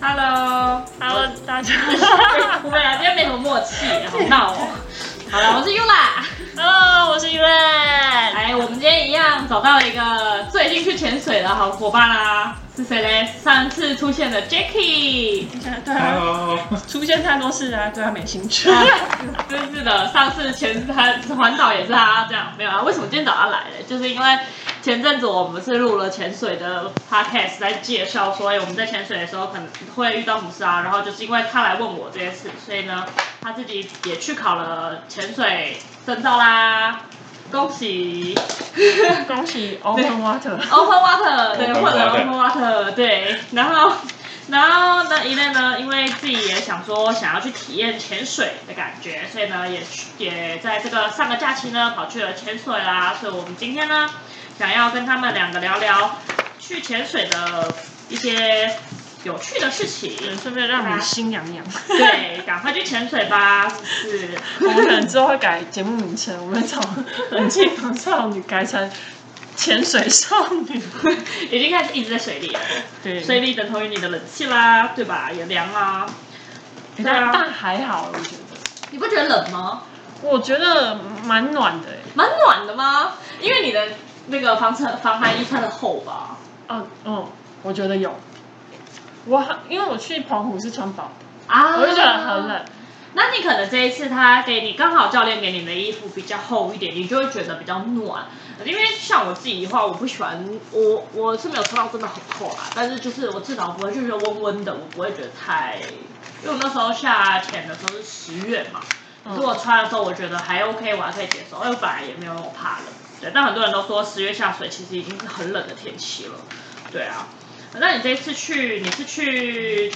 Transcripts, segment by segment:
Hello，Hello，大家 哎我们俩今天没什么默契，好闹哦。好 了，我是 Yula。 ，Hello，我是雨润。哎，我们今天一样找到一个最近去潜水的好伙伴啦，是谁嘞？上次出现的 Jacky。对啊， Hello，出现太多事啊，对他没兴趣。 真是的，上次前环环岛也是他这样，没有啊？为什么今天早上来嘞？就是因为前阵子我们是录了潜水的 podcast，在介绍说，哎，我们在潜水的时候可能会遇到母鲨，然后就是因为他来问我这件事，所以呢，他自己也去考了潜水证照啦，恭喜！恭喜 Open Water。 Open Water，对， Open 或者 Water Open Water，对。然后，然后呢，因为呢，因为自己也想说想要去体验潜水的感觉，所以呢，也去也在这个上个假期呢跑去了潜水啦。所以我们今天呢，想要跟他们两个聊聊去潜水的一些有趣的事情。顺便让你心痒 痒。 对，赶快去潜水吧，是 不我们可是？能之后会改节目名称，我们从冷静房少女改成潜水少女。已经开始一直在水里了，对，水里等同于你的冷气啦，对吧？也凉啊啦。对啊但但还好，我觉得，你不觉得冷吗？我觉得蛮暖的欸。蛮暖的吗？因为你的那个防尘防寒衣穿的厚吧？哦，嗯，我觉得有。我很因为我去澎湖是穿薄的，啊我就觉得很。冷。那你可能这一次他给你刚好教练给你的衣服比较厚一点，你就会觉得比较暖。因为像我自己的话，我不喜欢我我是没有穿到真的很厚啦，但是就是我至少不会就觉得温温的，我不会觉得太，因为我那时候下潜的时候是十月嘛，可是我穿的时候我觉得还 OK，我还可以接受，因为我本来也没有那么怕冷。对，但很多人都说十月下水其实已经是很冷的天气了。对啊，那你这次去你是去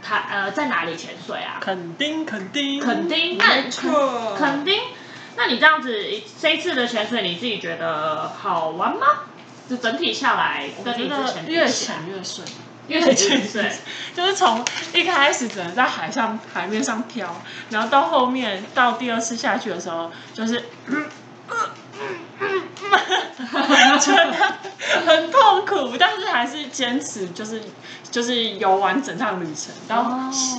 台呃在哪里潜水啊？肯定肯定垦丁，那没错，垦丁，那你这样子这一次的潜水，你自己觉得好玩吗？就整体下来，我跟觉你之前得比越起来潜越顺，越潜越水，就是从一开始只能在海上海面上漂，然后到后面到第二次下去的时候，就是。嗯呃 觉得很痛苦，但是还是坚持，就是就是游完整趟旅程。然后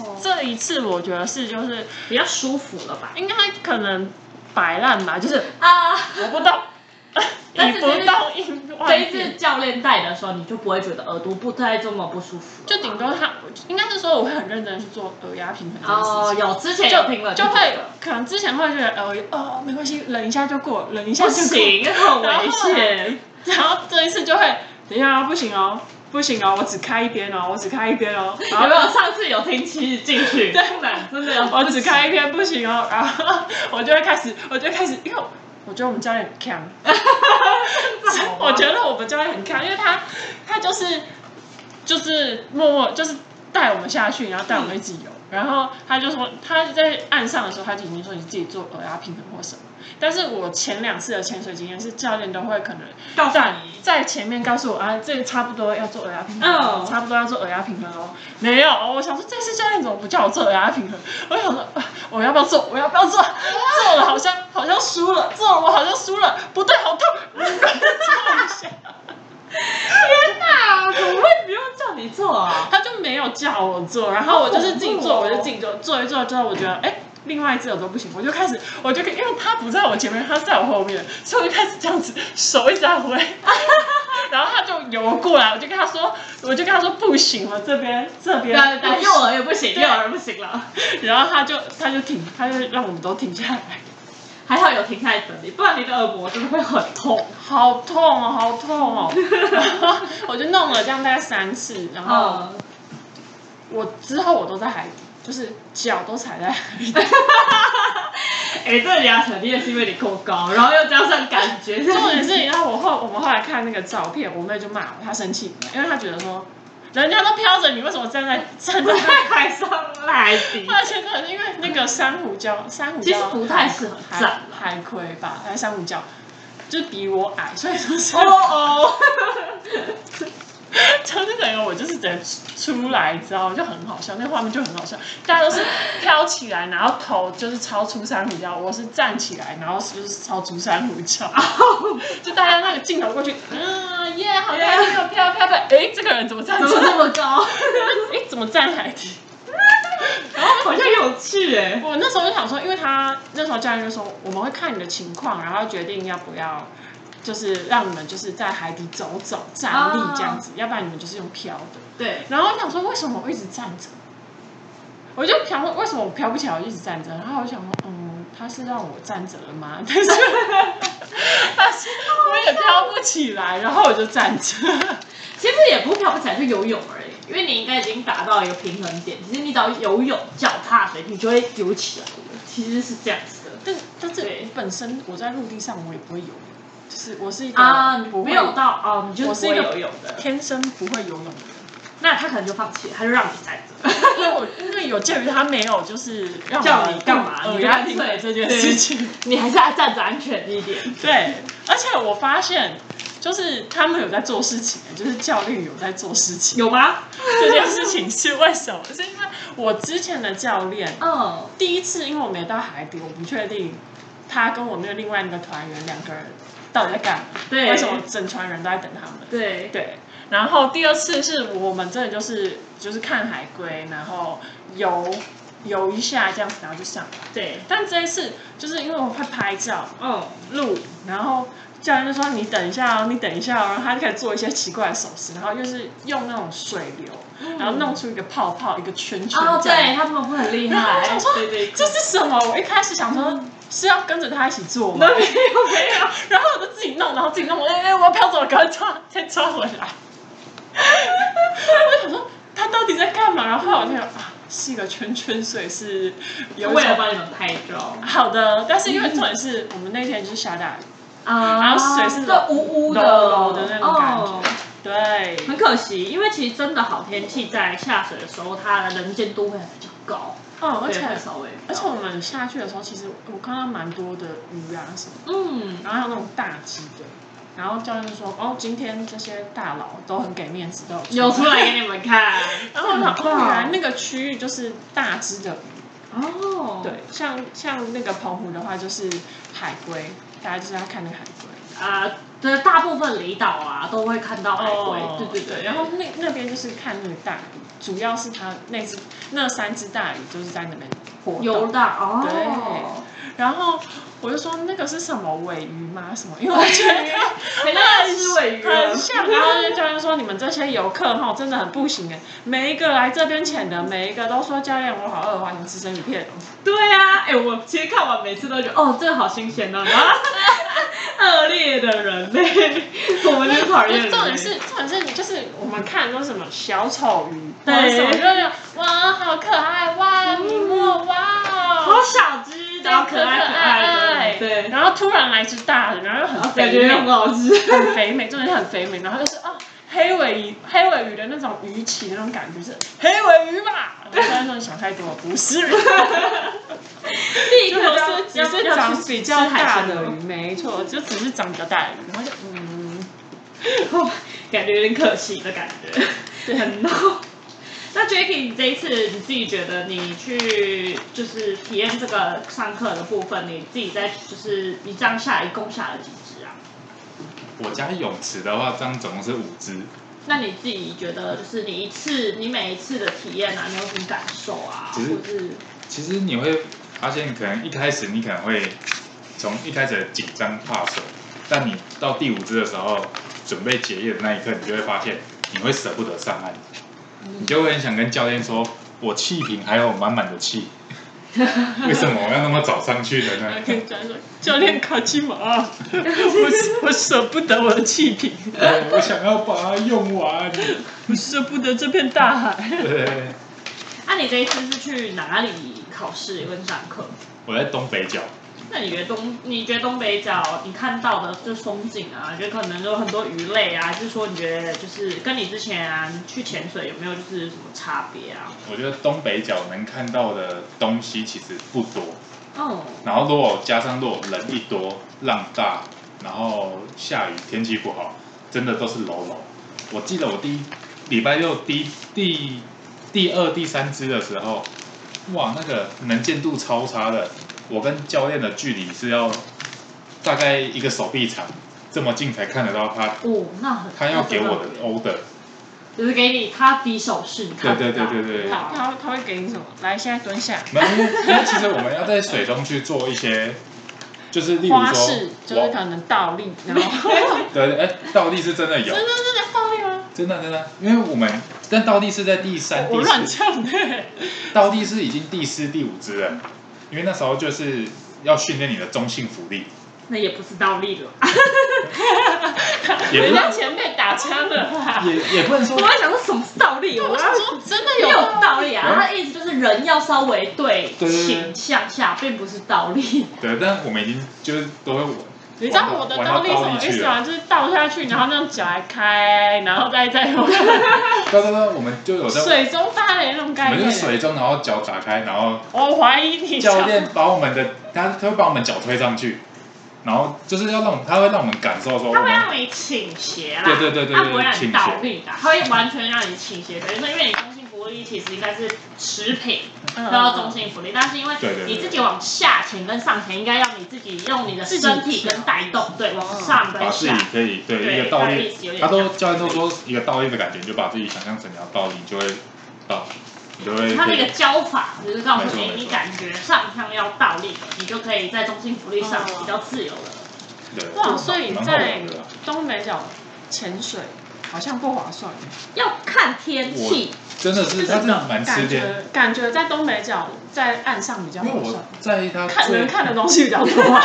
哦这一次我觉得是就是比较舒服了吧？应该可能摆烂吧，就是 啊，我不动，但以是不动应这万一次变。教练带的时候，你就不会觉得耳朵不太这么不舒服了吧，就顶多他，应该是说我会很认真地去做耳压平衡这件事情。哦，有之前就有评论就觉会得可能之前会觉得哦哦没关系，忍一下就过，忍一下不就过。行，很危 险。 然后这一次就会等一下不行哦，不行哦，我只开一边哦，我只开一边哦，然有后没有上次有听七进 去？不然真的我只开一边不行哦，然后我就会开始，我就会开始，因为我觉得我们教练很 强，我觉得我们教练很强，因为他他就是就是默默就是带我们下去，然后带我们一起游。嗯然后他就说，他在岸上的时候，他就已经说你自己做耳压平衡或什么。但是我前两次的潜水经验是，教练都会可能告诉在你在前面告诉我啊，这个差不多要做耳压平衡嗯哦，差不多要做耳压平衡哦。没有，我想说这次教练怎么不叫我做耳压平衡？我想说、啊我要不要做？我要不要做？做了好像好像输了，做了我好像输了，不对，好痛！ 做一下，天哪，怎么会不用叫你做啊？他就没有叫我做，然后我就是自己做，好恐怖我哦就自己做，做一做之后，我觉得哎。另外一只耳朵不行，我就开始，我就因为他不在我前面，他在我后面，所以我就开始这样子手一 直在挥，然后他就游过来，我就跟他说，我就跟他说不行，我这边这边对啊不 对，行幼儿也不行，对幼儿不行了。然后他就他就停，他就让我们都停下来，还好有停下来整理，不然你的耳膜真的会很痛。好痛哦，好 痛哦！然后我就弄了这样大概三次，然后嗯，我之后我都在海底，就是脚都踩在海底， 哎，这牙齿裂是因为你够高，然后又加上感觉，重点是，你知道我后我们后来看那个照片，我妹就骂我，她生气，因为她觉得说，人家都飘着，你为什么站在站在不？太海上来比而且那因为那个珊瑚礁，珊瑚礁其实不太适合海站海葵吧，还是哦珊瑚礁，就是比我矮，所以说是、哦哦， 就那整个我就是直接出来，你知道吗？就很好笑，那画面就很好笑。大家都是飘起来，然后头就是超出珊瑚礁，我是站起来，然后就是超出珊瑚礁， 就大家那个镜头过去，嗯耶，好开心哦，飘飘飘！哎，这个人怎么 站怎起么 来？这么高？哎，怎么站海底？好像有趣哎、我那时候就想说，因为他那时候教练就说我们会看你的情况，然后决定要不要，就是让你们就是在海底走走、站立这样子，要不然你们就是用漂的。对，然后我想说，为什么我一直站着？我就想问，为什么我漂不起来，我一直站着？然后我想说，嗯，他是让我站着了吗？ 但是，但是我也飘不起来，然后我就站着。其实也不漂不起来，就游泳而已。因为你应该已经达到一个平衡点，其实你只要游泳、脚踏水，你就会游起来了。其实是这样子的。 但但是对本身我在陆地上我也不会游泳，就是我是一个啊，你不会没有到哦，你就我是是不一会个游泳的，天生不会游泳的人，那他可能就放弃了，他就让你站着。因为我因为有鉴于他没有就是让叫我你干嘛呃你就要干脆听了这件事情。 你还是要站着安全一点。 对，而且我发现就是他们有在做事情，就是教练有在做事 情。有吗？这件 事情是为什么？是因为我之前的教练嗯，第一次，因为我没有到海底，我不确定他跟我那个另外那个团员两个人到底在干嘛，对。为什么？整船人都在等他们。对，对，然后第二次是我们真的就是就是看海龟，然后游游一下这样子，然后就上来。对，但这一次就是因为我会拍照嗯，录影，然后教练就说你等一下哦，你等一下哦，然后他就开始做一些奇怪的手势，然后又是用那种水流，然后弄出一个泡泡，一个圈圈哦，这样。对他们会很厉然后我害想说，，对对，这是什么？我一开始想说是要跟着他一起做吗没？有没有，嗯 然后我就自己弄，然后自己弄，我哎哎，我要飘走了，赶快抓，再抓回来。我想说他到底在干嘛？然后后来我就想啊，是一个圈圈，所以是有一为了种帮你们拍照好的，但是因为重点是我们那天就是下大雨，啊然后水是这呜呜的柔柔的那种感觉哦对，很可惜，因为其实真的好天气在下水的时候，它的能见度会比较高，嗯，而且对会稍微比较而且我们下去的时候，其实我看到蛮多的鱼啊什么，嗯，然后还有那种大只的。然后教练就说：“哦，今天这些大佬都很给面子，都游出来 Oh 来。给你们 看，然后我想，很哦，原来棒那个区域就是大只的鱼，哦，对，像像那个澎湖的话，就是海龟，大家就是要看那个海龟。啊，对，大部分离岛啊都会看到海龟，对对哦对，然后那那边就是看那个大鱼，主要是它那只那三只大鱼就是在那边活游动。荡哦，对然后我就说那个是什么尾鱼吗？什么？因为我觉得 人家在吃尾鱼啊了很像。啊然后教练说：“你们这些游客哈，真的很不行哎！每一个来这边潜的，每一个都说教练我好饿，我好想吃生鱼片哦。对啊，哎、我其实看完每次都觉得，哦，这个好新鲜哦，然 后恶劣的人类，我们就讨厌人类。重点是，重点是，就是我们看都是什么小丑鱼，对或者什么就觉得哇，好可爱哇，米莫哇好哦，小只，然后可爱哎可爱的，对，然后突然来一只大的，然后又很感肥觉很美，好吃。很肥美，重点是很肥美，然后就是啊，黑尾鱼，黑尾鱼的那种鱼鳍的那种感觉是黑尾鱼吧？我刚才那种想太多了，不 是， 第一就个是只要是要长去比吃较海大参的吗鱼，没错，就只是长比较大的鱼，然后 就嗯。哦感觉有点可惜的感觉，对很闹。那 Jacky，你这一次你自己觉得你去就是体验这个上课的部分，你自己在就是你这样下来一共下了几只啊？ 我家泳池的话，这样总共是五只。那你自己觉得就是你一次你每一次的体验啊，你有什么感受啊？其实或是其实你会发现，可能一开始你可能会从一开始的紧张怕水，但你到第五支的时候，准备结业的那一刻，你就会发现你会舍不得上岸，你就会很想跟教练说：“我气瓶还有满满的气，为什么我要那么早上去的呢还可以讲说教练卡其马， 我舍我舍不得我的气瓶，？”对我想要把它用完。 我舍不得这片大海。对，啊，你这一次是去哪里考试跟上课？我在东北角，那你觉得东你觉得东北角你看到的就风景啊，你觉得可能有很多鱼类啊，还是说你觉得就是跟你之前啊你去潜水有没有就是什么差别啊？我觉得东北角能看到的东西其实不多。哦，然后如果加上如果人一多，浪大，然后下雨，天气不好，真的都是楼楼。我记得我第一礼拜六第一第第二、第三支的时候，哇，那个能见度超差的，我跟教练的距离是要大概一个手臂长这么近才看得到他，哦，那很他要给我的那真 order。就是给你他比手势，你看对对不到对对对他好他会他会给你什么？来，现在蹲下。没有，因为因为其实我们要在水中去做一些，就是例如花式就是说，我可能倒立，然 后对，哎，倒立是真的有真，的真的倒立吗？真的真的，因为我们但倒立是在第三、我第乱四，唱的。倒立是已经第四、第五支了，因为那时候就是要训练你的中性浮力，那也不是倒立了。也不人家前辈打枪了啦。也也不能说 我在想说什么是倒立，我我要想说真的没有有道理啊。嗯他的意思就是人要稍微对对对对倾向下，并不是倒立。对，但我们已经就是都会，你知道我的倒立什么意思吗？就是倒下去，然后那样脚还开，然后再再用对对对，我们就有在，水中芭蕾那种我概们就念是。水中，然后脚打开，然后我怀疑你教练把我们的他他会把我们脚推上去，然后就是要让我们他会让我们感受说我他会们。让你倾斜啦，对对对对对他不会让倾你斜倒立的，他会完全让你倾斜。等于说，因为你中性浮力其实应该是持平嗯到中性浮力，但是因为对对对你自己往下潜跟上潜，应该要你自己用你的自己身体跟带动，对，往上把跟自己下。可以对对一个倒他的意立思有，点他都教练都说一个倒立的感觉，你就把自己想象成你要倒立，你就会倒，你就会他那个教法就是告诉没你错，没错你感觉上向要倒立了，你就可以在中性浮力上哦比较自由了。对哇，所以蛮好在玩的啦东北角潜水好像不划算，要看天气，真的是他真的蛮吃感惊，觉感觉在东北角在岸上比较因为划我算，在他看最能看的东西比较 多哦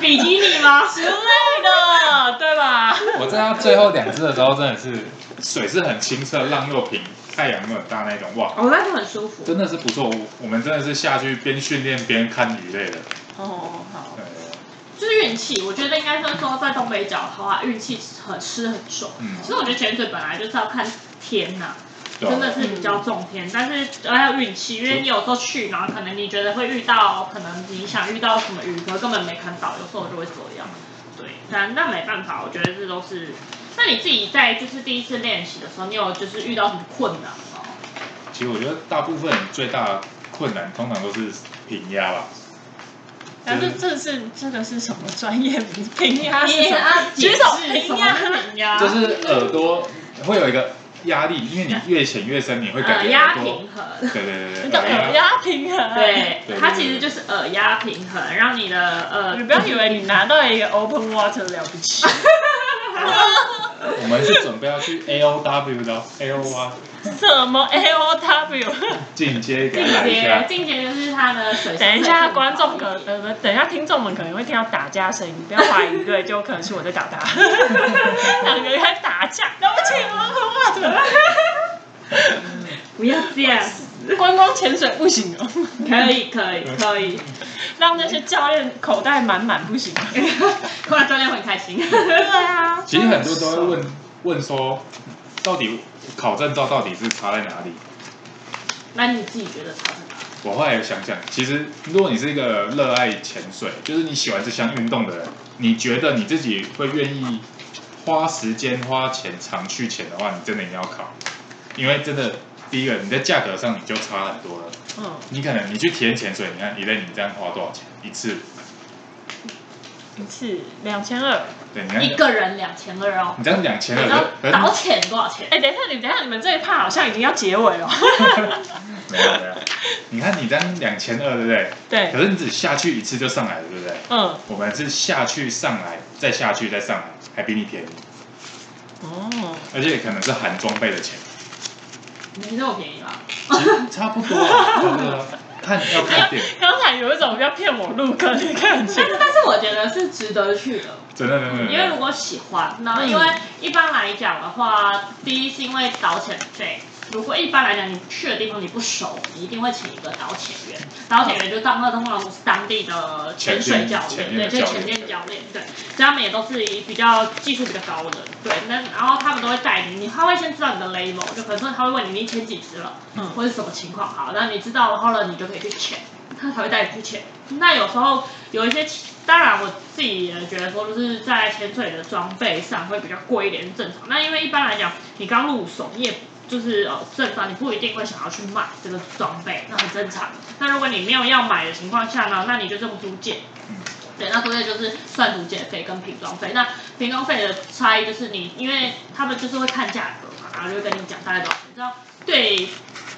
比基尼吗？之 类的，对吧？我在他最后两只的时候，真的是水是很清澈，浪又平，太阳没有很大那种，哇，哦，那就很舒服。真的是不错。我我们真的是下去边训练边看鱼类的，哦，好，对，就是运气，我觉得应该是说在东北角的话，运气很吃很重。嗯，其实我觉得潜水本来就是要看天呐、对真啊的是嗯比较重天，但是还有运气，因为你有时候去，然后可能你觉得会遇到，可能你想遇到什么鱼，可是根本没看到，有时候就会这样。对，但那没办法，我觉得这都是。那你自己在就是第一次练习的时候，你有就是遇到什么困难吗？其实我觉得大部分最大的困难通常都是平压吧，但是这是这个是什么专业评压啊是什平么？安 举手平平安安平安，就是耳朵会有一个压力，因为你越潜越深，你会感耳觉嗯压耳朵。平衡。对对对你对，的耳压平衡，，对对，它其实就是耳压平衡，让你的呃，你不要以为你拿到一个 open water 了不起，我们是准备要去 A O W 的 A O 啊，什 么 A O W？进阶给进他来一阶，下。进阶就是它的水。等一下，观众可呃，等一下，听众们可能会听到打架声音，不要怀疑，对，就可能是我在打他，两个人在打架，对不起，我我不要这样，我观光潜水不行哦，可以可以可以， 让那些教练口袋满满不行。后来教练会很开心。对啊，其实很多都会问问说，到底考证照到底是差在哪里？那你自己觉得差在哪？我后来想想，其实如果你是一个热爱潜水，就是你喜欢这项运动的人，你觉得你自己会愿意花时间花钱常去潜的话，你真的一定要考，因为真的第一个你在价格上你就差很多了。嗯，你可能你去体验潜水，你看一类你这样花多少钱一次？一次两千二。对，你看一个人两千二哦，你这样两千你知道二，可可导是潜多少钱？哎，等一下，你等一下，你们这一趴好像已经要结尾了。 没有没有，你看你这样两千二对不对？对，可是你只下去一次就上来了，对不对？嗯，我们是下去上来，再下去再上来，还比你便宜，哦，而且可能是含装备的钱，没那么便宜吧？其实差不多啊，差不多啊。看要看店，刚才有一种要骗我入坑的感觉但。是但是我觉得是值得去的。真的真的真的。因为如果喜欢，然后因为一般来讲的话，第一是因为导潜费。如果一般来讲，你去的地方你不熟，你一定会请一个导潜员。导潜员就当那通常都是当地的潜水教潜练，店对，就是潜潜店店教练，对，所以他们也都是比较技术比较高的，对。那然后他们都会带你，你他会先知道你的 level，就可能说他会问你你潜几只了，嗯或者什么情况。好，那你知道了后呢，你就可以去潜。他才会带你付钱。那有时候有一些，当然我自己也觉得说，就是在潜水的装备上会比较贵一点是正常。那因为一般来讲，你刚入手，你也就是呃正常，你不一定会想要去买这个装备，那很正常。那如果你没有要买的情况下呢，那你就用租借。嗯对，那租借就是算租借费跟瓶装费。那瓶装费的差异就是你，因为他们就是会看价格嘛，然后就会跟你讲大概多少钱。这样对，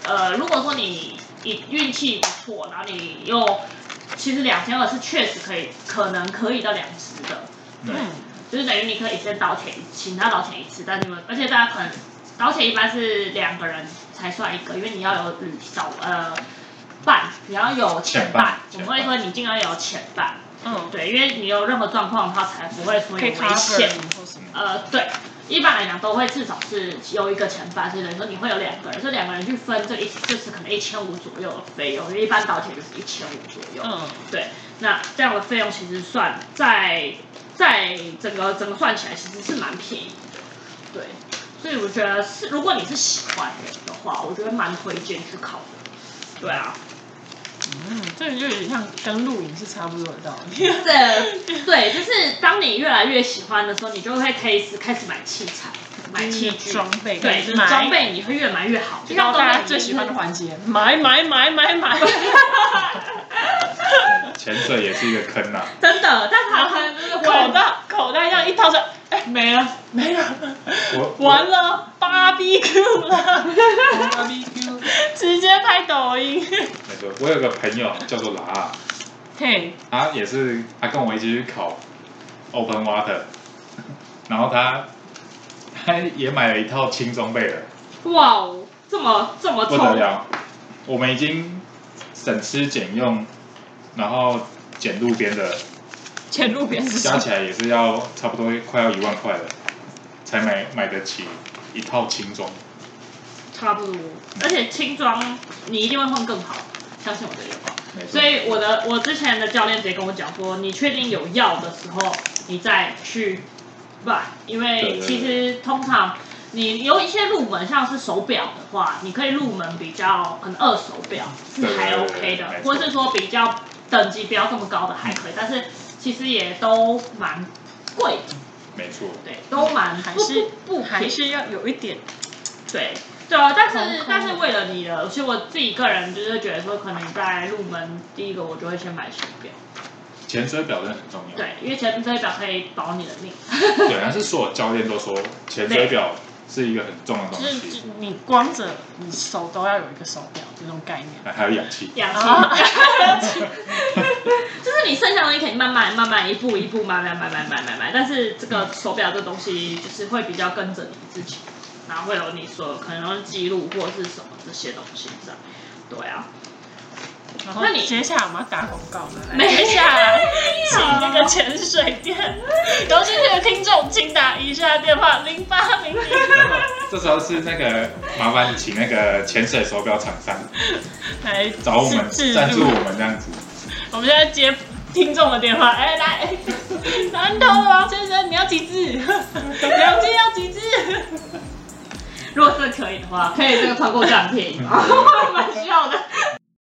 呃，如果说你你运气不错，然后你又其实两千二是确实可以，可能可以到两只的，对嗯，就是等于你可以先倒钱，请他倒钱一次，但你们而且大家可能倒钱一般是两个人才算一个，因为你要有旅少呃伴，你要有前伴，我前伴们会说你尽量有前伴，嗯，对，因为你有任何状况的话才不会说可有以危险 cover。或什么，呃，对，一般来讲都会至少是有一个前八，所以等于说你会有两个人，这两个人去分这一就是可能一千五左右的费用，因为一般导铁就是一千五左右。嗯，对，那这样的费用其实算在在整个整个算起来其实是蛮便宜的，对，所以我觉得是如果你是喜欢人的话，我觉得蛮推荐去考的。对 啊，嗯，这个就有点像跟露营是差不多的道理。这对，就是当你越来越喜欢的时候，你就会开始开始买器材、买器具、嗯装备，对，就是装，备你会越买越好，就到装备大家你最喜欢的就是。环节，买买买买买。潜水也是一个坑啊呐、真的，但是他们就是口袋口袋这样一掏出来，哎，没了没了，我我完了，BBQ 了 直接拍抖音。没错，我有个朋友叫做拉，嘿，他也是他跟我一起去考 Open Water，然后他他也买了一套轻装备了，哇哦，这么这么不得痛，了。我们已经省吃俭用，然后捡路边的，前路边是什加么？起来也是要差不多快要一万块了，才买买得起一套轻装。差不多。而且轻装你一定会换更好，相信我的眼光。没错所，以我的我之前的教练直接跟我讲说，你确定有药的时候，你再去买，因为对对对其实通常你有一些入门，像是手表的话，你可以入门比较可能二手表是还对对对 OK 的没，错或是说比较等级不要这么高的还可以，但是其实也都蛮贵的，没错，对，都蛮还不是不不哦还便宜是要有一点对对啊，但是空空但是为了你的，其实我自己个人就是觉得说，可能在入门第一个，我就会先买手表，潜水表真的很重要。对，因为前这一表可以保你的命，对，但是所有教练都说潜水表是一个很重要的东就是西，你光着你手都要有一个手表这种概念。还有氧气。 养啊气，就是你剩下的东西可以慢慢慢慢一步一步慢慢慢慢慢慢慢，但是这个手表这东西就是会比较跟着你自己，然后会有你所有可能的记录或是什么这些东西在，对啊，然后那你接下来我们要打广告了，没有接下来请那个潜水 店有兴趣的听众，请打以下电话零八零零。这时候是那个麻烦请那个潜水手表厂商来找我们自赞助我们这样子。我们现在接听众的电话，哎、来，哎南投的王先生，你要几 只？两只要几只？如果真的可以的话，可以这个超过这样便宜吗？蛮需要的。